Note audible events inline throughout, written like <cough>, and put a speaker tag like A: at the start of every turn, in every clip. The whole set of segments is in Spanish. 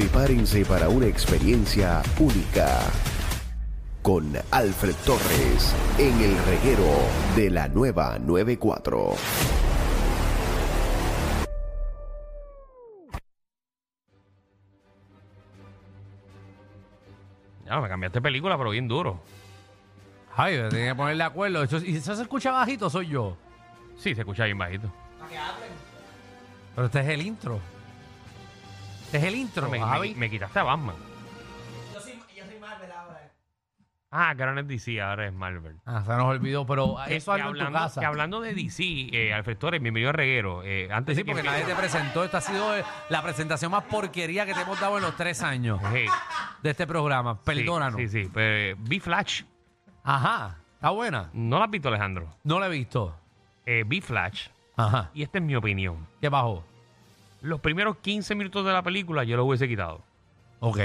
A: Prepárense para una experiencia única con Alfred Torres en el reguero de la nueva 94.
B: Ya, me cambiaste película, pero bien duro.
C: Ay, me tenía que poner de acuerdo. Eso- y eso se escucha bajito, soy yo.
B: Sí, se escucha bien bajito.
C: Pero este es el intro. Este es el intro,
B: me,
C: Javi.
B: me- me quitaste a Batman. Ah, que ahora no es DC, ahora es Marvel. Eh,
C: Ah, se nos olvidó, pero eso
B: Que- que
C: algo en tu
B: hablando,
C: casa.
B: que hablando de DC, eh, Alfred Torres, bienvenido a Reguero. Eh, antes
C: Sí,
B: de que
C: porque nadie te presentó. Esta ha sido eh, la presentación más porquería que te hemos dado en los tres años
B: Sí, sí,
C: <laughs> de este programa. Perdónanos.
B: Sí, sí, pero, eh, vi Flash.
C: Ajá. Está buena.
B: No la has visto, Alejandro.
C: No la he visto.
B: Eh, vi Flash.
C: Ajá.
B: Y esta es mi opinión.
C: ¿Qué bajó?
B: Los primeros 15 minutos de la película yo los hubiese quitado.
C: Ok.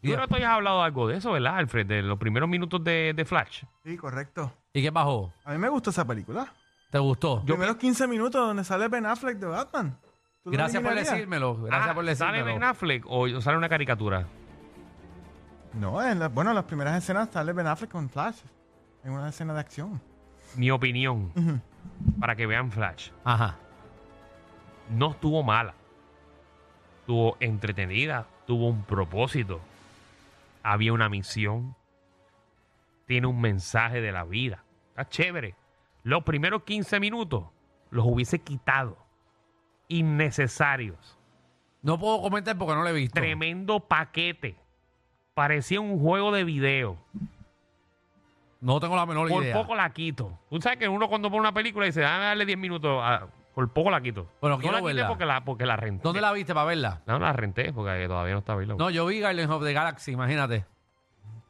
C: Y
B: Yo creo que tú hayas hablado algo de eso, ¿verdad, Alfred? De los primeros minutos de, de Flash.
D: Sí, correcto.
C: ¿Y qué bajó?
D: A mí me gustó esa película.
C: ¿Te gustó?
D: Yo Primeros 15 minutos donde sale Ben Affleck de Batman. ¿Tú lo
C: Gracias por
D: adivinarías?
C: decírmelo. Gracias
B: Ah,
C: por
B: ¿Sale Ben
C: decírmelo.
B: Affleck o sale una caricatura?
D: No, en la- bueno, en las primeras escenas sale Ben Affleck con Flash. En una escena de acción.
B: mi opinión,
D: Ujú.
B: para que vean Flash,
C: Ajá.
B: no estuvo mala. Estuvo entretenida, tuvo un propósito. Había una misión. Tiene un mensaje de la vida. Está chévere. Los primeros 15 minutos los hubiese quitado. Innecesarios.
C: No puedo comentar porque no la he visto.
B: Tremendo paquete. Parecía un juego de video.
C: No tengo la menor
B: Por
C: idea.
B: poco la quito. Tú sabes que uno cuando pone una película dice, dame darle 10 minutos. a- Por poco la quito.
C: Bueno,
B: no
C: quiero
B: la quité
C: verla.
B: porque la, porque la renté.
C: ¿Dónde la viste para verla?
B: No, la renté porque todavía no está available.
C: No, yo vi Guardians of the Galaxy, imagínate.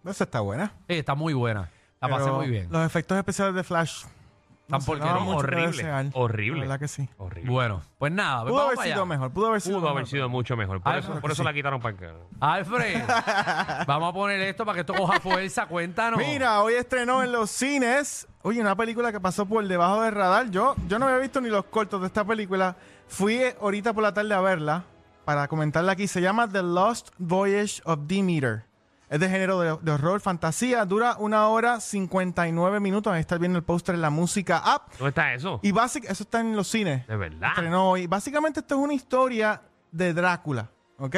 D: Esa está buena.
C: Sí, está muy buena. La pasé
D: Pero
C: muy bien.
D: Los efectos especiales de Flash.
C: Tan
D: sé,
C: porquería.
D: daban mucho que
B: Horrible,
D: desear.
B: horrible.
D: La verdad que sí.
B: Horrible.
C: Bueno, pues nada,
D: Pudo
C: vamos
D: haber
C: para
D: sido
C: allá.
D: mejor. Pudo haber sido
B: Pudo haber
D: mejor.
B: sido mucho mejor. Por
C: Ah,
B: eso,
C: claro
B: por
D: que
B: eso
D: sí.
B: la quitaron para acá.
C: Alfred,
D: <laughs>
C: vamos a poner esto para que esto coja fuerza, cuéntanos.
D: Mira, hoy estrenó en los cines. Oye, una película que pasó por debajo del radar. Yo, yo no había visto ni los cortos de esta película. Fui eh, ahorita por la tarde a verla para comentarla aquí. Se llama The Lost Voyage of Demeter. Es de género de, de horror, fantasía. Dura una hora 59 minutos. Ahí está viendo el póster en la música app.
B: ¿Dónde está eso?
D: Y básicamente, eso está en los cines.
B: De
C: Ah.
B: verdad.
D: Estrenó hoy. Básicamente esto es una historia de Drácula, ¿ok?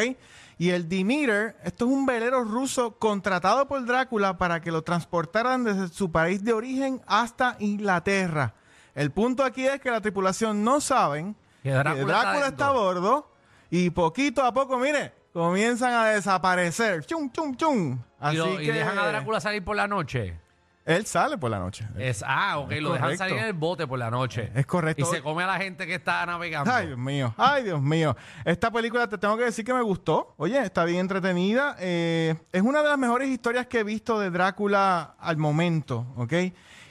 D: Y el Demeter, esto es un velero ruso contratado por Drácula para que lo transportaran desde su país de origen hasta Inglaterra. El punto aquí es que la tripulación no saben
C: Que Drácula
D: que
C: está
D: Drácula
C: dentro.
D: está a bordo y poquito a poco, mire, comienzan a desaparecer. Chum, chum, chum.
C: y,
D: Así
C: lo-
D: que
C: y dejan a Drácula salir por la noche.
D: él sale por la noche.
C: Es, ah, ok,
D: Es
C: lo dejan
D: correcto.
C: salir en el bote por la noche.
D: Es correcto.
C: Y se come a la gente que está navegando.
D: Ay, Dios mío, ay, Dios mío. Esta película te tengo que decir que me gustó. Oye, está bien entretenida. Eh, es una de las mejores historias que he visto de Drácula al momento, ¿ok?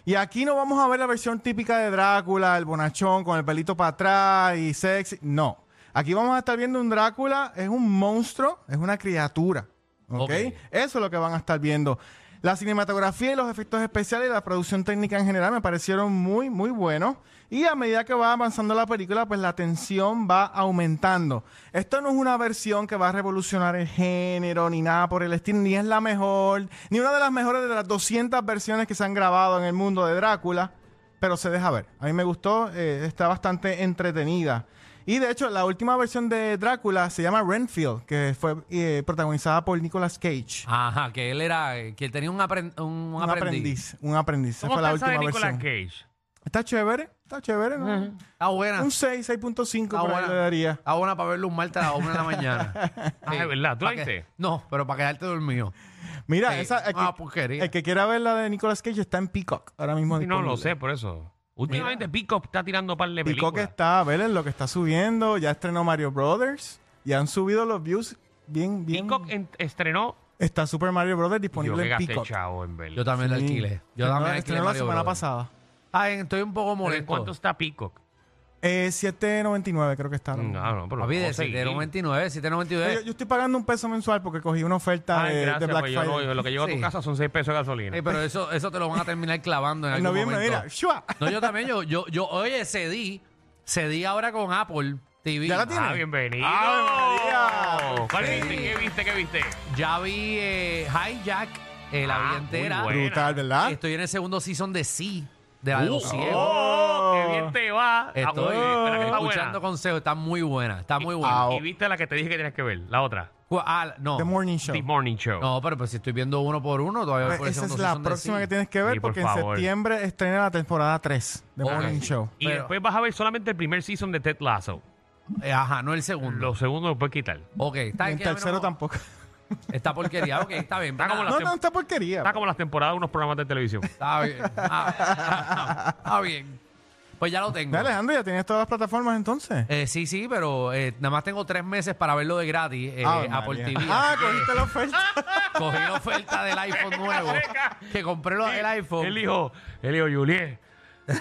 D: Y aquí no vamos a ver la versión típica de Drácula, el bonachón con el pelito para atrás y sexy. No. Aquí vamos a estar viendo un Drácula, es un monstruo, es una criatura,
C: Ok.
D: ¿ok? Eso es lo que van a estar viendo. La cinematografía y los efectos especiales y la producción técnica en general me parecieron muy, muy buenos. Y a medida que va avanzando la película, pues la tensión va aumentando. Esto no es una versión que va a revolucionar el género ni nada por el estilo, ni es la mejor, ni una de las mejores de las 200 versiones que se han grabado en el mundo de Drácula, pero se deja ver. A mí me gustó, eh, está bastante entretenida. Y de hecho, la última versión de Drácula se llama Renfield, que fue eh, protagonizada por Nicolas Cage.
C: Ajá, que él era, eh, que él tenía un, apren- un, Ah, un
D: Un,
C: aprendiz.
D: aprendiz. Un aprendiz. Esa
B: ¿Cómo
D: fue la
B: está esa de
D: última
B: Nicolas
D: versión.
B: Cage?
D: Está chévere. Está chévere. ¿no?
C: Está buena.
D: Un 6, 6.5
C: Está
D: por ahí
C: buena.
D: le daría.
C: Está buena para verlo un martes a las 1 de la
D: <laughs>
C: mañana.
B: Ah, es verdad, ¿tú la
C: ¿Para qué?
B: viste?
C: No, pero para quedarte dormido.
D: Mira,
C: Sí,
D: esa, el,
C: una
D: que,
C: porquería.
D: el que quiera ver la de Nicolas Cage está en Peacock. Ahora mismo.
B: Sí, no
D: disponible.
B: lo sé, por eso. Últimamente Peacock está tirando par de películas.
D: Peacock está, velen lo que está subiendo. Ya estrenó Mario Brothers. Y han subido los views bien, bien.
B: Peacock en- estrenó...
D: Está Super Mario Brothers
B: Yo
D: disponible
B: que
D: en
B: gasté
D: Peacock.
B: chavo, en verdad.
C: Yo también
D: Sí.
C: lo alquilé. Yo
D: Mm. Estrenó-
C: también alquilé
D: estrenó la
C: Mario
D: semana
C: Brothers.
D: pasada.
C: Ay, estoy un poco
B: ¿En
C: molesto.
B: cuánto está Peacock? Ah,
D: Eh, 7.99 creo que está.
C: Mm,
D: ahora mismo.
B: No, no, pero...
C: Papi, de
B: no sé,
C: 799,
D: Oye, Yo,
C: 799.
D: yo estoy pagando un peso mensual porque cogí una oferta
B: Ay,
D: de, de
B: gracias,
D: Black
B: pues, yo no-
D: Friday.
B: yo lo que llevo a tu
C: Sí.
B: casa son 6 pesos de gasolina.
C: Ey, pero eso, eso te lo van a terminar clavando en
D: en
C: algún
D: noviembre,
C: momento.
D: mira, ¡shua!
C: No, yo también, yo, yo, yo, oye, cedí, cedí ahora con Apple TV.
D: ¿Ya la
B: ah,
D: tiene?
B: bienvenido.
D: Ah, María,
B: no. ¿Cuál viste? ¿Qué viste? ¿Qué viste?
C: Ya vi eh, Hijack, eh, la
B: Ah,
C: vi
B: muy
C: entera.
B: buena.
D: Brutal, ¿verdad?
C: Estoy en el segundo season de Sí, de la de los
B: Uh,
C: ciegos.
B: ¡Oh! ¡Qué bien te va! Ah,
C: Estoy
B: oye, espera, que está buena.
C: escuchando consejos, está muy buena, está muy
B: Y-
C: buena.
B: Y, viste la que te dije que tenías que ver, la otra.
C: Cu- Ah, no.
D: The Morning Show. Ah,
B: The Morning Show.
C: No, pero pues si estoy viendo uno por uno, todavía voy por el
D: Esa
C: segundo
D: es la
C: season de
D: próxima
C: Sí.
D: que tienes que
B: Sí,
D: ver
B: por
D: porque en
B: favor.
D: septiembre estrena la temporada 3 de
C: Ok.
D: Morning Show.
B: y
C: pero-
B: después vas a ver solamente el primer season de Ted Lasso.
C: Eh, ajá, no el segundo.
B: Lo segundo lo puedes quitar.
C: Ok, está
D: Y
C: bien.
D: el
C: que a mí
D: tercero
C: no- <laughs>
D: tampoco.
C: Está porquería, ok, está bien.
B: Está
C: pero
B: como
D: <laughs>
C: nada,
D: No, no, esta porquería.
B: Está como las temporadas de unos programas de
D: <laughs>
B: televisión.
C: Está bien. Ah, está bien. Pues ya lo tengo.
D: Ya, Alejandro, ya tenías todas las plataformas entonces.
C: Eh, sí, sí, pero eh, nada más tengo tres meses para verlo de gratis eh,
D: Ave
C: a por
D: María.
C: TV.
D: Ah,
C: así que
D: cogiste la oferta.
C: <laughs> Cogí la oferta del iPhone nuevo. Que compré lo- el iPhone
B: Él dijo, él dijo, Juliet,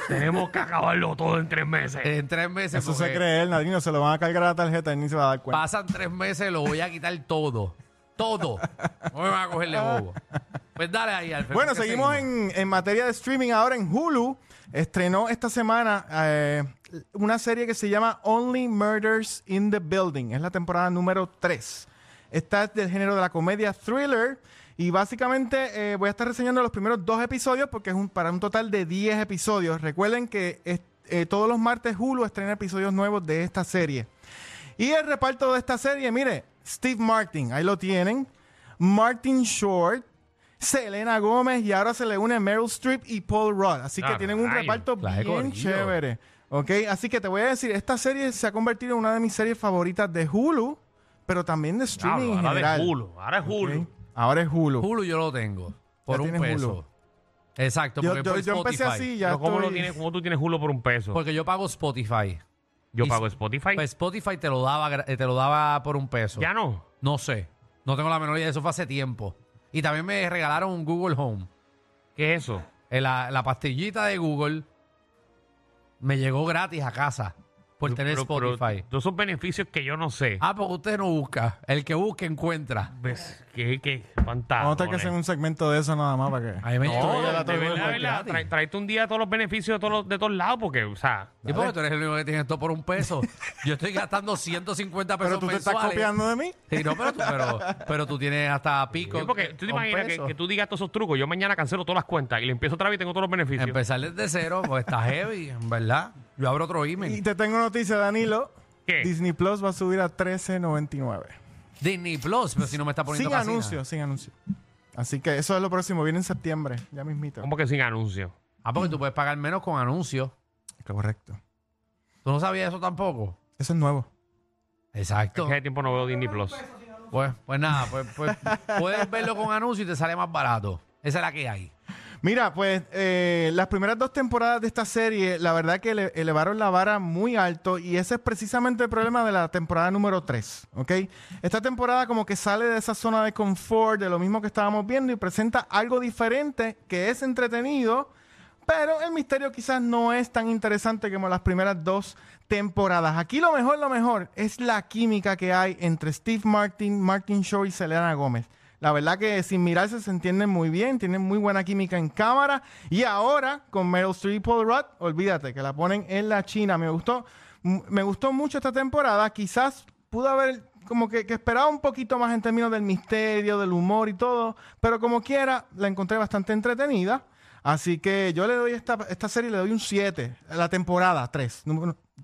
B: tenemos que acabarlo todo en tres meses.
D: Eh,
C: eh, en tres meses.
D: Eso se
C: porque
D: cree él, Nadino. Se lo van a cargar a la tarjeta y ni se va a dar cuenta.
C: Pasan tres meses, lo voy a quitar todo. Todo. No me van a cogerle bobo. Pues dale ahí, Alfredo.
D: Bueno,
C: ¿qué
D: seguimos en, en materia de streaming ahora en Hulu. Estrenó esta semana eh, una serie que se llama Only Murders in the Building. Es la temporada número 3. Esta es del género de la comedia thriller. Y básicamente eh, voy a estar reseñando los primeros dos episodios porque es un, para un total de 10 episodios. Recuerden que es- eh, todos los martes Hulu estrena episodios nuevos de esta serie. Y el reparto de esta serie, mire, Steve Martin, ahí lo tienen. Martin Short, Selena Gómez y ahora se le une Meryl Streep y Paul Rudd. Así que
B: Ah,
D: tienen un
B: rayos,
D: reparto
C: clase de
D: bien
C: corillo.
D: chévere. Ok, así que te voy a decir, esta serie se ha convertido en una de mis series favoritas de Hulu, pero también de streaming
B: Diablo,
D: en
B: ahora
D: general.
B: es Hulu, ahora es Hulu.
D: Ok, Ahora es Hulu.
C: Hulu yo lo tengo. Por un
D: tienes
C: peso.
D: Hulu.
C: Exacto,
D: Yo,
C: porque
D: yo-
C: por
D: yo
C: Spotify.
D: empecé así, ya
B: Pero ¿cómo, lo
D: estoy-
B: tienes- cómo tú tienes Hulu por un peso?
C: Porque yo pago Spotify.
B: Yo
C: y-
B: pago Spotify.
C: Pues Spotify te lo daba gra- eh, te lo daba por un peso.
B: ya no.
C: No sé. No tengo la menor idea. Eso fue hace tiempo. Y también me regalaron un Google Home.
B: ¿Qué es eso?
C: Eh, La, la pastillita de Google me llegó gratis a casa por Pues tener
B: Pero- pero
C: Spotify.
B: Todos esos beneficios que yo no sé.
C: ah, porque usted no busca. El que busca encuentra.
B: ¿Ves? Pues, ¿Qué, qué?
D: Vamos a
B: Fantástico.
D: tener que hacer un segmento de eso nada más para
B: pues
D: que...
C: A mí me llegó
B: No, de
D: la
B: verdad,
D: tengo
B: de
D: en la
B: verdad.
C: gratis.
B: Tra- Traete un día todos los beneficios de todos, los- de todos lados, porque, o sea,
C: ¿Y por qué tú eres el único que tiene esto por un <laughs> peso? Yo estoy gastando 150 pesos
D: Pero tú te estás
C: mensuales.
D: copiando de mí.
C: Sí, no, pero tú, pero, pero tú tienes hasta pico.
B: Sí, porque tú te
C: con
B: imaginas que,
C: pesos.
B: que tú digas todos esos trucos. Yo mañana cancelo todas las cuentas y le empiezo otra vez y tengo todos los beneficios.
C: Empezar desde cero, pues está heavy, en verdad. Yo abro otro
D: Y
C: email.
D: te tengo noticia, Danilo.
B: ¿Qué?
D: Disney Plus va a subir a 13.99.
C: Disney Plus, pero si no me está poniendo
D: Sin
C: pasina.
D: anuncio, sin anuncio. Así que eso es lo próximo, viene en septiembre, ya mismito.
B: Como que sin anuncio.
C: Ah, porque tú puedes pagar menos con anuncios.
D: Correcto.
C: ¿Tú no sabías eso tampoco?
D: Eso es nuevo.
B: Es
C: Exacto.
B: que hace tiempo no veo Disney Plus.
C: Pues, pues nada, pues, pues puedes verlo con anuncios y te sale más barato. Esa es la que hay.
D: Mira, pues eh, las primeras dos temporadas de esta serie, la verdad que ele- elevaron la vara muy alto y ese es precisamente el problema de la temporada número 3, ¿ok? Esta temporada como que sale de esa zona de confort, de lo mismo que estábamos viendo y presenta algo diferente que es entretenido, pero el misterio quizás no es tan interesante como las primeras dos temporadas. Aquí lo mejor, lo mejor es la química que hay entre Steve Martin, Martin Short y Selena Gómez. La verdad que sin mirarse se entienden muy bien, tienen muy buena química en cámara. Y ahora con Meryl Streep y Paul Rudd, olvídate que la ponen en la China. Me gustó, m- me gustó mucho esta temporada. Quizás pudo haber como que, que esperaba un poquito más en términos del misterio, del humor y todo, pero como quiera la encontré bastante entretenida. Así que yo le doy esta, esta serie, le doy un 7, la temporada 3,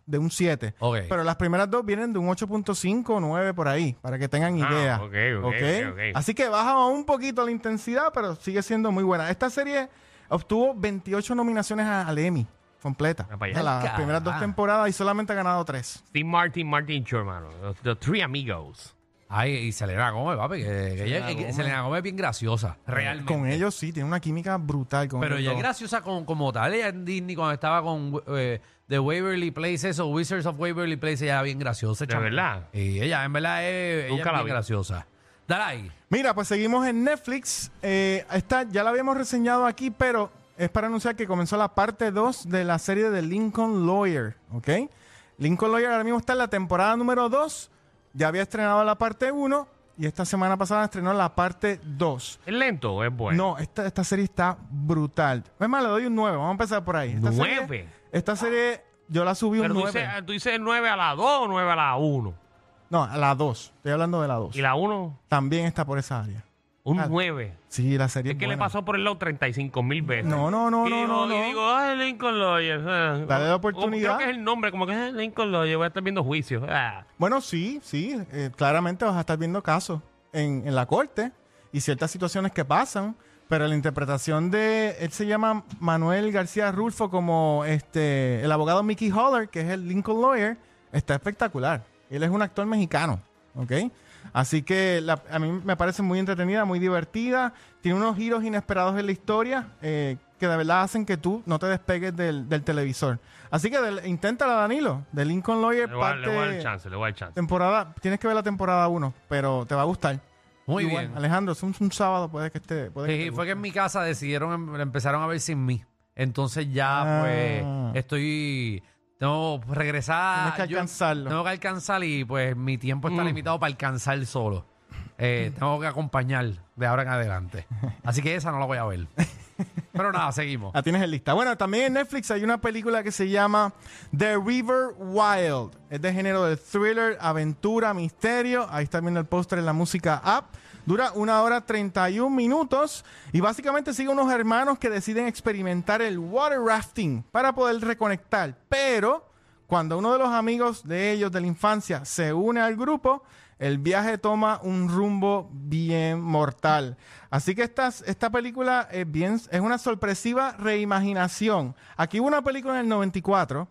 D: de un 7.
C: Ok.
D: Pero las primeras dos vienen de un 8.5 o 9 por ahí, para que tengan
B: Ah,
D: idea.
B: ok, ok, ok, ok.
D: Así que baja un poquito la intensidad, pero sigue siendo muy buena. Esta serie obtuvo 28 nominaciones a- al Emmy completa.
B: Ah, para allá.
D: De las
C: Caramba.
D: primeras dos temporadas y solamente ha ganado tres.
B: Steve Martin, Martin Short, hermano. Los- The Three Amigos.
C: Ay, y Selena Gómez, papi. Que, que ella- que- que
D: Gómez.
C: Selena Gómez es bien graciosa, realmente.
D: Con ellos sí, tiene una química brutal. Con
C: Pero ella
D: ellos
C: es
D: dos.
C: graciosa con- como tal. Ella en Disney, cuando estaba con eh, The Waverly Place, eso, Wizards of Waverly Place, ella era bien graciosa.
B: ¿De
C: chamo.
B: verdad?
C: Y ella, en verdad, es, ella
B: Nunca
C: es
B: la
C: bien
B: vi.
C: graciosa. Dale ahí.
D: Mira, pues seguimos en Netflix. Eh, esta ya la habíamos reseñado aquí, pero es para anunciar que comenzó la parte 2 de la serie de Lincoln Lawyer, ¿ok? Lincoln Lawyer ahora mismo está en la temporada número 2. Ya había estrenado la parte 1 y esta semana pasada estrenó la parte 2.
B: ¿Es lento o es bueno?
D: No, esta, esta serie está brutal. Es más, le doy un 9. Vamos a empezar por ahí. Esta Serie,
B: ¿Nueve?
D: esta serie yo la subí un
B: Pero tú ah,
D: 9.
B: dices, tú dices 9 a la 2 o 9 a la 1.
D: No, a la 2. Estoy hablando de la 2.
B: Y la 1,
D: También está por esa área.
B: un
D: Ah,
B: 9.
D: Sí, la serie
B: Es
D: es
B: que le
D: buena.
B: pasó por el lado 35 mil veces.
D: No, no, no,
B: y
D: no, no,
B: digo- Y
D: no.
B: digo, ay, Lincoln Lawyer. ah.
D: Dale la
B: O- o
D: oportunidad.
B: Creo que es el nombre, como que es Lincoln Lawyer. Voy a estar viendo juicios. Ah.
D: Bueno, sí, sí. eh, claramente vas a estar viendo casos en, en la corte y ciertas situaciones que pasan. Pero la interpretación de. Él se llama Manuel García Rulfo como este el abogado Mickey Holler, que es el Lincoln Lawyer, está espectacular. Él es un actor mexicano, ¿ok? Así que la- a mí me parece muy entretenida, muy divertida. Tiene unos giros inesperados en la historia eh, que de verdad hacen que tú no te despegues del, del televisor. Así que del- inténtala, Danilo. De Lincoln Lawyer.
B: Le voy, a- le voy a dar
D: parte-
B: chance, le voy a dar chance.
D: Temporada, tienes que ver la temporada 1, pero te va a gustar.
C: Muy
D: Igual,
C: bien.
D: Alejandro, es un, un sábado, puede que esté. Puede que
C: Sí,
D: te
C: fue
D: guste.
C: que en mi casa decidieron, em- empezaron a ver sin mí. Entonces ya,
D: Ah.
C: pues, estoy. Tengo que regresar.
D: Tienes que
C: yo
D: alcanzarlo.
C: Tengo que alcanzar y, pues, mi tiempo está
B: Mm.
C: limitado para alcanzar solo.
D: <laughs>
C: Eh, tengo que acompañar de ahora en adelante. Así que esa no la voy a ver. Pero nada, seguimos.
D: La tienes en lista. Bueno, también en Netflix hay una película que se llama The River Wild. Es de género de thriller, aventura, misterio. Ahí está viendo el póster en la música app. Dura una hora 31 minutos y básicamente sigue unos hermanos que deciden experimentar el water rafting para poder reconectar. Pero cuando uno de los amigos de ellos de la infancia se une al grupo, el viaje toma un rumbo bien mortal. Así que esta, esta película es, bien, es una sorpresiva reimaginación. Aquí hubo una película en el 94,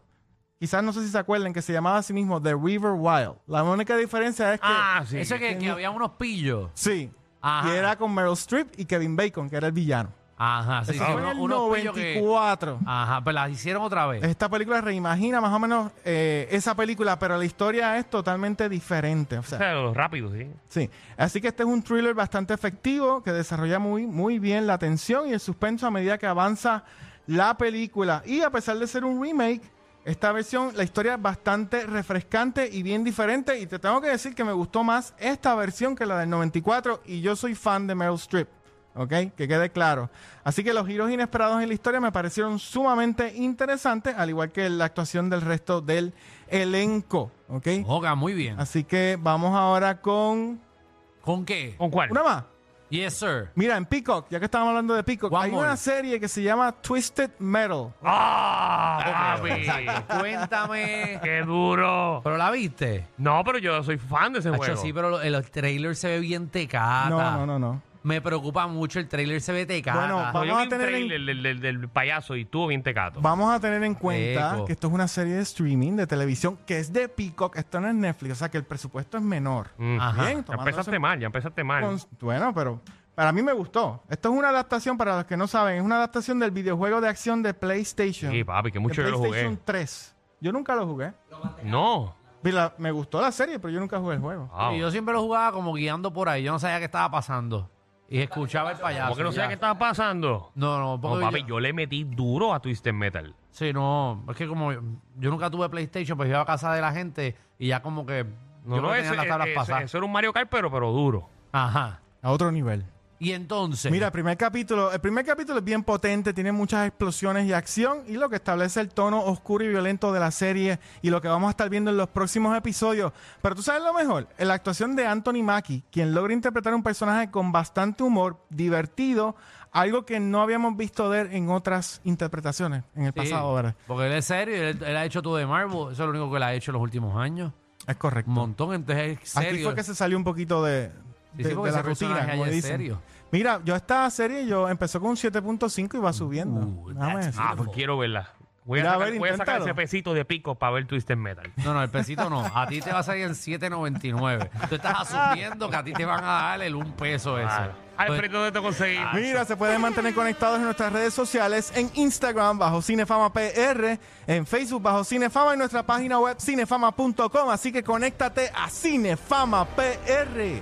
D: quizás no sé si se acuerdan, que se llamaba a sí mismo The River Wild. La única diferencia es que...
B: Ah, sí.
C: Eso es que, que había unos pillos.
D: Sí.
C: Ajá.
D: Y era con Meryl Streep y Kevin Bacon, que era el villano.
C: Ajá, sí,
D: Eso
C: sí,
D: fue en
C: uno-
D: el
C: unos pillos que-
D: 94.
C: Ajá, pues las hicieron otra vez.
D: Esta película reimagina más o menos eh, esa película, pero la historia es totalmente diferente. O
B: O
D: sea,
B: sea, lo rápido, sí.
D: Sí, así que este es un thriller bastante efectivo que desarrolla muy, muy bien la tensión y el suspenso a medida que avanza la película. Y a pesar de ser un remake, esta versión, la historia es bastante refrescante y bien diferente. Y te tengo que decir que me gustó más esta versión que la del 94 y yo soy fan de Meryl Streep. ¿Ok? Que quede claro. Así que los giros inesperados en la historia me parecieron sumamente interesantes, al igual que la actuación del resto del elenco. ¿Ok?
C: Juega muy bien.
D: Así que vamos ahora con
C: ¿Con qué?
B: ¿Con cuál?
D: una más.
C: Yes, sir.
D: <laughs> Mira, en Peacock, ya que estábamos hablando de Peacock,
C: One
D: hay
C: more.
D: una serie que se llama Twisted Metal.
B: ¡Ah! papi!
D: <laughs>
C: Cuéntame.
D: ah,
B: ¡Qué duro!
C: ¿Pero la viste?
D: Este
B: No, pero yo soy fan de ese
C: Hacho,
B: juego.
C: sí, pero lo- el trailer se ve bien
B: Ah,
C: tecata.
D: No, no, no, no.
C: Me preocupa mucho, el trailer se ve tecata.
D: Bueno, va-
B: No, yo
D: Vamos
B: vi
D: a
B: un
D: tener
B: trailer del, del- del payaso y tuvo bien tecato.
D: Vamos a tener en cuenta
C: Eco.
D: que esto es una serie de streaming de televisión que es de Peacock, esto no es Netflix, o sea que el presupuesto es menor.
B: Mm.
C: Ajá.
D: Bien,
B: Ya
D: tomándose
B: empezaste mal, ya empezaste mal.
D: Con- Bueno, pero para mí me gustó. Esto es una adaptación, para los que no saben, es una adaptación del videojuego de acción de PlayStation.
B: Sí, papi, que
D: De
B: mucho yo lo
D: PlayStation
B: jugué.
D: 3. Yo nunca lo jugué.
B: No. Ah,
D: Vi la- me gustó la serie, pero yo nunca jugué el juego.
B: Wow.
C: Y yo siempre lo jugaba como guiando por ahí. Yo no sabía qué estaba pasando. Y escuchaba el payaso.
B: ¿Por qué no
C: ya.
B: sabes qué estaba pasando?
C: No, no,
B: No,
C: porque
B: papi,
C: yo-
B: yo le metí duro a Twisted Metal.
C: Sí, no. Es que como yo, yo nunca tuve PlayStation, pues iba a casa de la gente y ya como que.
B: No,
C: yo
B: no,
C: no
B: eso,
C: tenía las tablas
B: eh, eso-
C: pasadas.
B: eso era un Mario Kart, pero, pero duro.
C: Ajá.
D: A otro nivel.
C: Y entonces.
D: Mira, el primer capítulo, el primer capítulo es bien potente, tiene muchas explosiones y acción y lo que establece el tono oscuro y violento de la serie y lo que vamos a estar viendo en los próximos episodios. Pero tú sabes lo mejor, En la actuación de Anthony Mackie, quien logra interpretar un personaje con bastante humor, divertido, algo que no habíamos visto de él en otras interpretaciones en el
C: Sí,
D: pasado, ¿verdad?
C: Porque él es serio, él, él ha hecho todo de Marvel. Eso es lo único que él ha hecho en los últimos años.
D: Es
C: Un
D: correcto.
C: montón, entonces es serio.
D: Aquí fue que se salió un poquito de,
C: Sí,
D: de-
C: sí, porque
D: de la
C: ese personaje
D: rutina, como
C: allá es
D: dicen.
C: serio.
D: Mira, yo esta serie yo empezó con un 7.5 y va subiendo.
C: Uh,
D: Déjame
C: that's
D: decirte.
B: Ah,
C: Beautiful.
B: pues quiero verla. Voy a,
D: Mira, a
B: sacar,
D: ver,
B: voy a sacar
D: inténtalo.
B: ese pesito de pico para ver Twisted Metal.
C: No, no, el pesito no. A ti te va a salir en 7.99. Tú estás asumiendo que a ti te van a dar el un peso eso.
B: Ah. Alfred, ¿dónde te conseguí?
D: Mira, se pueden mantener conectados en nuestras redes sociales, en Instagram bajo Cinefama PR, en Facebook bajo Cinefama y nuestra página web cinefama.com. Así que conéctate a Cinefama PR.